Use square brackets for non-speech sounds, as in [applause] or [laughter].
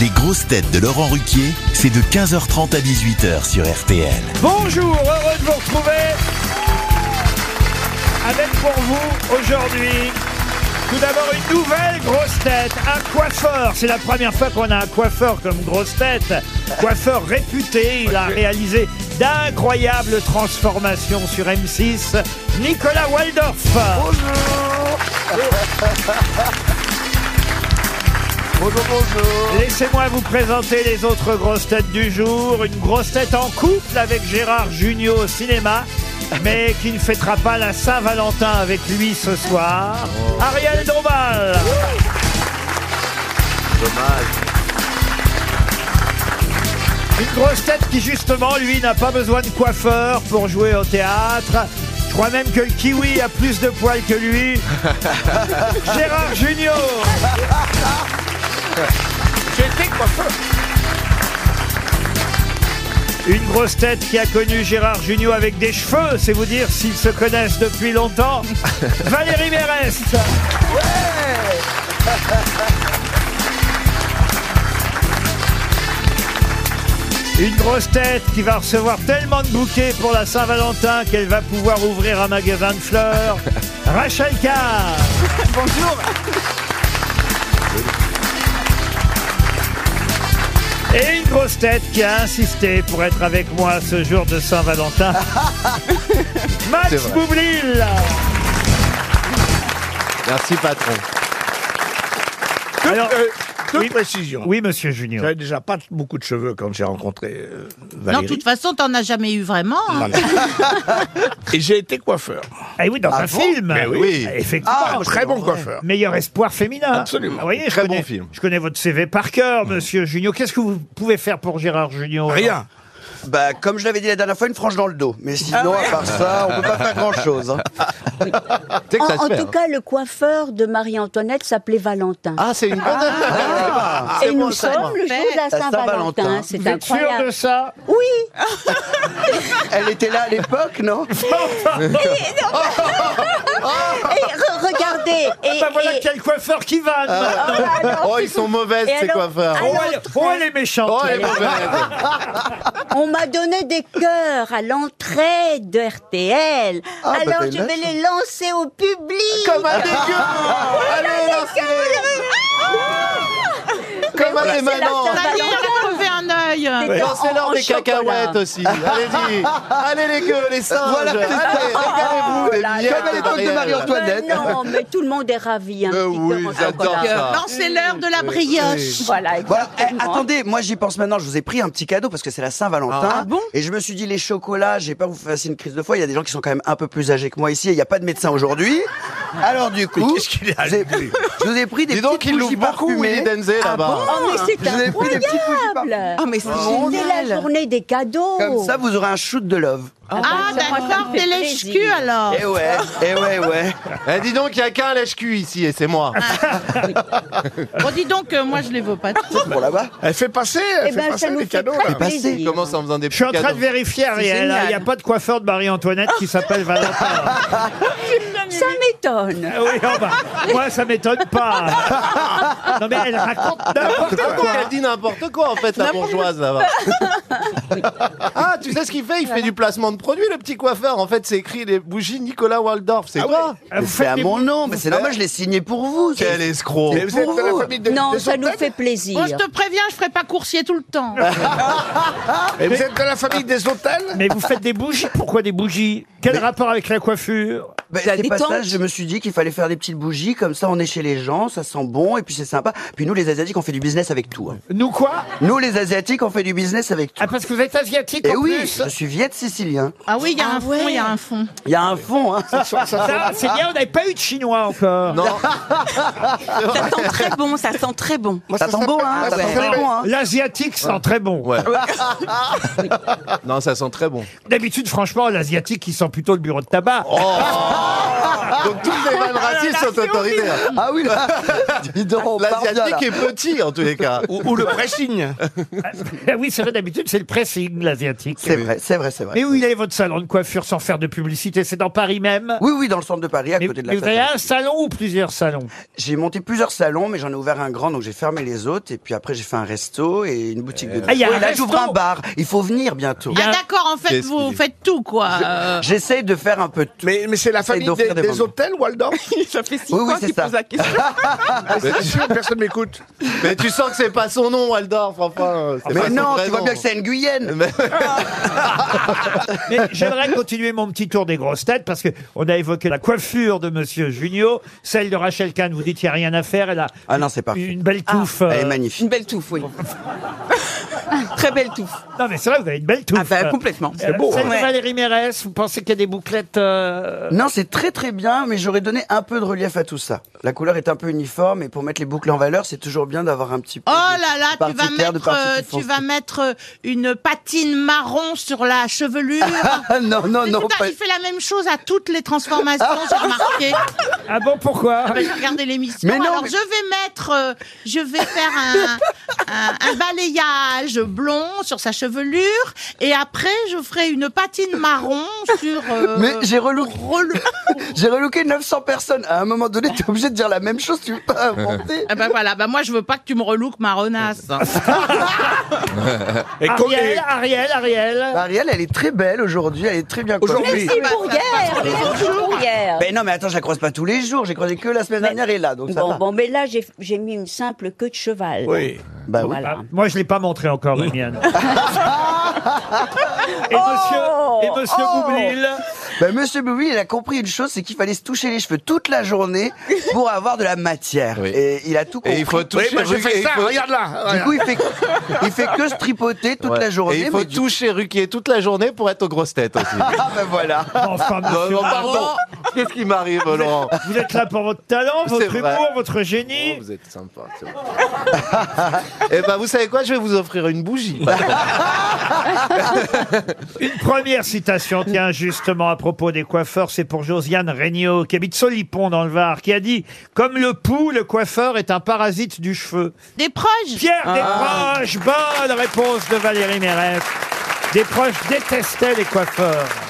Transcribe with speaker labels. Speaker 1: Les grosses têtes de Laurent Ruquier, c'est de 15h30 à 18h sur RTL.
Speaker 2: Bonjour, heureux de vous retrouver avec pour vous aujourd'hui tout d'abord une nouvelle grosse tête, un coiffeur. C'est la première fois qu'on a un coiffeur comme grosse tête. Coiffeur réputé, il a réalisé d'incroyables transformations sur M6, Nicolas Waldorf.
Speaker 3: Bonjour, bonjour.
Speaker 2: Laissez-moi vous présenter les autres grosses têtes du jour. Une grosse tête en couple avec Gérard Junior au cinéma, mais qui ne fêtera pas la Saint-Valentin avec lui ce soir. Ariel Dombal.
Speaker 3: Dommage.
Speaker 2: Une grosse tête qui justement, lui, n'a pas besoin de coiffeur pour jouer au théâtre. Je crois même que le kiwi a plus de poils que lui. Gérard Junior. Une grosse tête qui a connu Gérard Junior avec des cheveux, c'est vous dire s'ils se connaissent depuis longtemps. Valérie Mérest. Une grosse tête qui va recevoir tellement de bouquets pour la Saint-Valentin qu'elle va pouvoir ouvrir un magasin de
Speaker 3: [laughs]
Speaker 2: fleurs. Rachel Carr. Bonjour. Et une grosse tête qui a insisté pour être avec moi ce jour de
Speaker 3: [laughs]
Speaker 2: Saint-Valentin.
Speaker 3: C'est
Speaker 2: Max
Speaker 3: vrai.
Speaker 2: Boublil.
Speaker 3: Merci, patron.
Speaker 4: Deux,
Speaker 2: Alors,
Speaker 4: euh, deux
Speaker 2: oui.
Speaker 4: précisions.
Speaker 2: Oui, monsieur Junior.
Speaker 4: J'avais déjà pas beaucoup de cheveux quand j'ai rencontré euh,
Speaker 5: Non,
Speaker 4: Valérie.
Speaker 5: de toute façon, t'en as jamais eu vraiment. hein.
Speaker 4: Voilà. Et j'ai été coiffeur.
Speaker 2: Ah oui, dans un
Speaker 3: bon
Speaker 2: film. Eh,
Speaker 4: Mais oui.
Speaker 2: Effectivement.
Speaker 4: Un très bon coiffeur.
Speaker 2: Meilleur espoir féminin.
Speaker 4: Absolument.
Speaker 2: Vous voyez,
Speaker 3: Très
Speaker 2: je
Speaker 3: bon
Speaker 2: connais,
Speaker 3: film.
Speaker 2: Je connais votre CV par cœur, monsieur Junio. Qu'est-ce que vous pouvez faire pour Gérard Junio
Speaker 4: Rien.
Speaker 6: Bah, comme je l'avais dit la dernière fois, une frange dans le dos. Mais sinon, à part ça, on peut pas faire
Speaker 3: [laughs]
Speaker 6: grand-chose. hein.
Speaker 3: Tu sais que ça
Speaker 7: En,
Speaker 3: se
Speaker 7: en
Speaker 3: fait.
Speaker 7: tout
Speaker 3: hein.
Speaker 7: cas, le coiffeur de Marie-Antoinette s'appelait Valentin.
Speaker 3: Ah, c'est une bonne
Speaker 7: Et nous sommes le jour de la
Speaker 6: La Saint-Valentin.
Speaker 7: Saint-Valentin.
Speaker 2: Vous
Speaker 7: C'est
Speaker 2: êtes sûr de
Speaker 7: incroyable.
Speaker 2: ça
Speaker 7: Oui,
Speaker 6: Elle était là à l'époque, non
Speaker 7: et re- regardez. Et,
Speaker 2: Bah voilà
Speaker 7: et- Ah, bah,
Speaker 2: quel coiffeur qui va maintenant.
Speaker 3: Oh, ils sont mauvaises,
Speaker 7: Et
Speaker 3: ces
Speaker 7: alors-
Speaker 3: coiffeurs.
Speaker 2: Oh,
Speaker 7: Ah, alors-
Speaker 2: elle, oh, elle est méchante.
Speaker 3: Oh, elle
Speaker 2: elle.
Speaker 3: est mauvaise.
Speaker 7: on m'a donné des cœurs à l'entrée de RTL.
Speaker 6: bah,
Speaker 7: Alors
Speaker 6: t'as une
Speaker 7: je
Speaker 6: lâche.
Speaker 7: vais les lancer au public. Ah,
Speaker 3: Comme un dégueu Allez, lancez-les Comme un
Speaker 7: c'est la
Speaker 3: émanant
Speaker 8: Bah,
Speaker 7: Saint-Valentin.
Speaker 5: Ça y est, il a levé un œil.
Speaker 7: C'était en-
Speaker 3: Lancez-leur
Speaker 7: en
Speaker 3: des
Speaker 7: chocolat.
Speaker 3: cacahuètes aussi Allez-y Allez, les gueux, les singes
Speaker 6: Voilà, c'est ça.
Speaker 3: Allez, régalez-vous les
Speaker 7: là là.
Speaker 3: miettes
Speaker 6: Comme à l'époque de
Speaker 3: Ariel.
Speaker 7: Mais
Speaker 6: Marie-Antoinette.
Speaker 7: Ben non, mais tout le monde est ravi. Un
Speaker 3: Euh,
Speaker 7: petit
Speaker 3: oui,
Speaker 7: cœur en
Speaker 3: j'adore
Speaker 7: chocolat.
Speaker 3: ça.
Speaker 5: Lancez-leur de la brioche.
Speaker 7: Voilà,
Speaker 6: Voilà. Eh,
Speaker 7: exactement.
Speaker 6: attendez, moi j'y pense maintenant. Je vous ai pris un petit cadeau parce que c'est la Saint-Valentin.
Speaker 5: Ah bon
Speaker 6: Et je me suis dit les chocolats. J'ai pas vous fassiez une crise de foi. Il y a des gens qui sont quand même un peu plus âgés que moi ici. Et il n'y a pas de médecin aujourd'hui. Alors du coup,
Speaker 4: qu'est-ce qu'il est
Speaker 6: je, vous ai,
Speaker 4: allumé
Speaker 6: je vous ai pris des
Speaker 3: Dis donc,
Speaker 6: petites
Speaker 3: il
Speaker 6: bougies
Speaker 3: l'ouvre beaucoup, Willy
Speaker 6: parfumées.
Speaker 3: Denzé, là-bas
Speaker 7: Oh, mais c'est
Speaker 6: Je vous ai pris des petites bougies
Speaker 7: incroyable.
Speaker 8: Oh,
Speaker 5: mais c'est
Speaker 7: C'était la journée des cadeaux. bah,
Speaker 6: Comme ça, vous aurez un shoot de love.
Speaker 5: Ah, d'accord, t'es lèche-cul alors.
Speaker 6: Eh ouais, eh ouais, ouais.
Speaker 3: Eh, dis donc, il n'y a qu'un lèche-cul ici, et c'est moi
Speaker 5: Bon, dis donc, euh, moi je les veux pas.
Speaker 6: Bon là-bas.
Speaker 4: Elle fait passer, elle
Speaker 7: Eh
Speaker 4: fait
Speaker 7: ben, ça
Speaker 4: passer
Speaker 7: nous
Speaker 4: les
Speaker 7: fait
Speaker 4: cadeaux.
Speaker 7: très
Speaker 4: là.
Speaker 6: Bah, c'est-
Speaker 3: Il
Speaker 7: plaisir.
Speaker 3: commence en faisant des
Speaker 2: Je suis en train de
Speaker 3: cadeaux.
Speaker 2: vérifier, Ariel. hein. Il n'y a
Speaker 5: génial.
Speaker 2: pas de coiffeur de Marie-Antoinette qui s'appelle Valentin.
Speaker 7: Ça m'étonne.
Speaker 2: Ah oui, oh bah, moi, ça m'étonne pas. Non, mais elle raconte n'importe
Speaker 3: N'importe
Speaker 2: quoi.
Speaker 3: quoi, Elle dit n'importe quoi en fait, la bourgeoise
Speaker 6: [laughs]
Speaker 3: là-bas. ah, tu sais ce qu'il fait Il fait du placement de produits, le petit coiffeur. En fait, c'est écrit les bougies Nicolas Waldorf. C'est quoi
Speaker 2: Ah, vous
Speaker 6: C'est
Speaker 2: faites
Speaker 6: à
Speaker 2: des-
Speaker 6: mon nom, mais c'est normal, je l'ai signé pour vous.
Speaker 3: Quel escroc
Speaker 4: Et vous êtes de la famille de,
Speaker 7: Non,
Speaker 4: des
Speaker 7: ça nous
Speaker 4: Antoinettes
Speaker 7: fait plaisir.
Speaker 5: Moi Oh, je te préviens, je ferai pas coursier tout le temps.
Speaker 8: Ah.
Speaker 4: Et vous êtes de la famille des hôtels
Speaker 2: Mais vous faites des bougies Pourquoi des bougies Quel rapport avec la coiffure
Speaker 6: Ben, c'est pas ça, je me suis dit qu'il fallait faire des petites bougies, comme ça on est chez les gens, ça sent bon, et puis c'est sympa. Puis nous les Asiatiques on fait du business avec tout. hein.
Speaker 2: Nous quoi
Speaker 6: Nous les Asiatiques on fait du business avec tout.
Speaker 2: Ah, parce que vous êtes asiatique
Speaker 6: Et
Speaker 2: en
Speaker 6: Eh oui,
Speaker 2: plus
Speaker 6: je suis viette sicilien.
Speaker 5: Ah oui, il y a
Speaker 7: Ah
Speaker 5: un fond, il
Speaker 7: ouais.
Speaker 5: y a un fond.
Speaker 6: Il y a un fond, hein.
Speaker 2: Ça, c'est bien, on n'avait pas eu de chinois encore.
Speaker 3: Non,
Speaker 8: Ça sent très bon, ça sent très bon.
Speaker 6: ça sent bon, hein. Ça
Speaker 3: ouais.
Speaker 6: sent très bon, hein.
Speaker 2: L'asiatique sent très bon.
Speaker 3: ouais. non, ça sent très bon.
Speaker 6: Oh.
Speaker 2: D'habitude, franchement, l'asiatique, il sent plutôt le bureau de tabac.
Speaker 3: Donc toutes les vannes racistes sont autoritaires.
Speaker 6: Ah oui, là,
Speaker 2: [laughs]
Speaker 6: dis donc, on part bien,
Speaker 3: L'asiatique
Speaker 6: là.
Speaker 3: est petit en tous les cas.
Speaker 4: Ou, ou
Speaker 3: [laughs]
Speaker 4: le pressing.
Speaker 2: Ah [laughs] oui, c'est vrai, d'habitude, c'est le pressing, l'asiatique.
Speaker 6: C'est vrai, c'est vrai, c'est vrai.
Speaker 2: Mais où il est votre salon de coiffure sans faire de publicité C'est dans Paris même
Speaker 6: Oui, oui, dans le centre de Paris, à
Speaker 2: mais,
Speaker 6: côté de
Speaker 2: mais
Speaker 6: la
Speaker 2: vous avez
Speaker 6: fac.
Speaker 2: un salon ou plusieurs salons
Speaker 6: J'ai monté plusieurs salons, mais j'en ai ouvert un grand, donc j'ai fermé les autres. Et puis après, j'ai fait un resto et une boutique de.
Speaker 2: Ah, il y a
Speaker 6: Et
Speaker 2: un
Speaker 6: là,
Speaker 2: resto
Speaker 6: j'ouvre un bar. Il faut venir bientôt.
Speaker 8: hein.
Speaker 2: Il y a
Speaker 5: Ah
Speaker 2: un-
Speaker 5: d'accord, en fait,
Speaker 3: Qu'est-ce
Speaker 5: vous
Speaker 3: qu'il-
Speaker 5: faites tout, quoi. euh.
Speaker 6: J'essaye de faire un peu de tout.
Speaker 4: Mais, mais c'est la famille des,
Speaker 6: d'offrir des
Speaker 4: des
Speaker 6: bonbons.
Speaker 4: hôtels, Waldorf
Speaker 8: [laughs] Ça fait six
Speaker 6: Oui, oui,
Speaker 8: fois
Speaker 6: c'est
Speaker 8: qu'il
Speaker 6: ça.
Speaker 8: pose la question.
Speaker 6: Ah,
Speaker 4: C'est sûr, personne m'écoute.
Speaker 3: Mais tu sens que c'est pas son nom, Waldorf, enfin. c'est pas
Speaker 6: Mais
Speaker 3: son
Speaker 6: non,
Speaker 3: vrai
Speaker 6: tu vois
Speaker 3: nom.
Speaker 6: bien que c'est une
Speaker 2: Euh,
Speaker 6: Guyenne. [laughs]
Speaker 2: Mais j'aimerais continuer mon petit tour des grosses têtes parce que on a évoqué la coiffure de Monsieur Junio, celle de Rachel Kahn. Vous dites il n'y a rien à faire. Elle a
Speaker 6: Ah non, c'est parfait.
Speaker 2: une belle touffe.
Speaker 6: Elle est
Speaker 2: euh,
Speaker 8: Une
Speaker 6: magnifique.
Speaker 8: belle touffe, oui. Très belle touffe.
Speaker 2: Non mais c'est vrai, vous avez une belle touffe.
Speaker 8: Ah bah,
Speaker 3: ben,
Speaker 2: Euh,
Speaker 8: complètement.
Speaker 2: euh,
Speaker 4: beau,
Speaker 3: hein.
Speaker 2: Celle de
Speaker 8: ouais.
Speaker 2: Valérie Mérès, vous pensez qu'il y a des bouclettes euh,
Speaker 6: Non, c'est très très bien, mais j'aurais donné un peu de relief à tout ça. La couleur est un peu uniforme, et pour mettre les boucles en valeur, c'est toujours bien d'avoir un petit peu.
Speaker 5: Oh
Speaker 6: de
Speaker 5: là là, tu
Speaker 6: partie
Speaker 5: vas
Speaker 6: claire, de
Speaker 5: mettre,
Speaker 6: partie
Speaker 5: euh,
Speaker 6: plus
Speaker 5: tu
Speaker 6: foncée.
Speaker 5: vas mettre euh, une patine marron sur la chevelure.
Speaker 6: Ah non, non,
Speaker 5: Mais
Speaker 6: non,
Speaker 5: tu vas-
Speaker 6: pas-
Speaker 5: Il fait la même chose à toutes les
Speaker 6: [laughs]
Speaker 5: transformations, j'ai remarqué.
Speaker 2: Ah bon pourquoi
Speaker 5: J'ai regardé l'émission.
Speaker 6: Mais non,
Speaker 5: Alors
Speaker 6: mais-
Speaker 5: je vais mettre, euh, je vais faire un, un- un balayage blond sur sa chevelure et après je ferai une patine marron sur. euh,
Speaker 6: Mais j'ai relooké,
Speaker 5: relo-
Speaker 6: [laughs] j'ai relooké 900 personnes. À un moment donné, t'es obligé de dire la même chose, tu veux
Speaker 5: [laughs]
Speaker 6: pas inventer.
Speaker 5: Ah bah voilà, bah moi je veux pas que tu me relookes ma renasse.
Speaker 7: Ah,
Speaker 4: Et co-
Speaker 2: Ariel,
Speaker 4: et-
Speaker 2: Ariel,
Speaker 3: Bah,
Speaker 2: Ariel.
Speaker 6: Ariel, elle est très belle aujourd'hui, elle est très bien coiffée.
Speaker 4: Aujourd'hui,
Speaker 7: Merci pour hier. Merci pour hier.
Speaker 6: Mais non, mais attends, je la croise pas tous les jours. J'ai croisé que la semaine dernière et là, donc ça
Speaker 7: Bon,
Speaker 6: va.
Speaker 7: bon, mais là, j'ai j'ai mis une simple queue de cheval.
Speaker 4: oui.
Speaker 6: Bah oui.
Speaker 7: Voilà.
Speaker 2: Moi, je l'ai pas montré encore, la
Speaker 3: [laughs]
Speaker 2: mienne. et monsieur, et monsieur
Speaker 3: Oh.
Speaker 2: Boublil,
Speaker 6: Bah, Monsieur Boublil, il a compris une chose, c'est qu'il fallait se toucher les cheveux toute la journée pour avoir de la matière.
Speaker 3: Oui.
Speaker 6: Et il a tout compris.
Speaker 3: Et il faut toucher.
Speaker 4: Oui, moi je
Speaker 3: Ruquier,
Speaker 4: fais
Speaker 3: il
Speaker 4: ça,
Speaker 3: faut-
Speaker 4: regarde là.
Speaker 6: Du
Speaker 4: regarde.
Speaker 6: coup, il fait, il fait que se tripoter toute
Speaker 3: Ouais.
Speaker 6: la journée.
Speaker 3: Et il faut
Speaker 6: mais du-
Speaker 3: toucher Ruquier toute la journée pour être aux grosses têtes aussi.
Speaker 6: Ah ben voilà.
Speaker 2: enfin,
Speaker 3: Oh. Non,
Speaker 2: monsieur,
Speaker 3: non, pardon. Qu'est-ce qui m'arrive, Laurent
Speaker 2: vous êtes là pour votre talent,
Speaker 3: C'est
Speaker 2: votre
Speaker 3: vrai.
Speaker 2: humour, votre
Speaker 3: Oh,
Speaker 2: génie.
Speaker 3: Vous êtes sympa. c'est vrai. Eh ben, vous savez quoi Je vais vous offrir une bougie.
Speaker 2: Première citation, tiens, justement, à propos des coiffeurs, c'est pour Josiane Regnault, qui habite Solipon dans le Var, qui a dit « Comme le pou, le coiffeur est un parasite du cheveu.
Speaker 5: Des proches »
Speaker 2: Pierre Desproges, bonne réponse de Valérie Mérès. Desproges détestait les coiffeurs.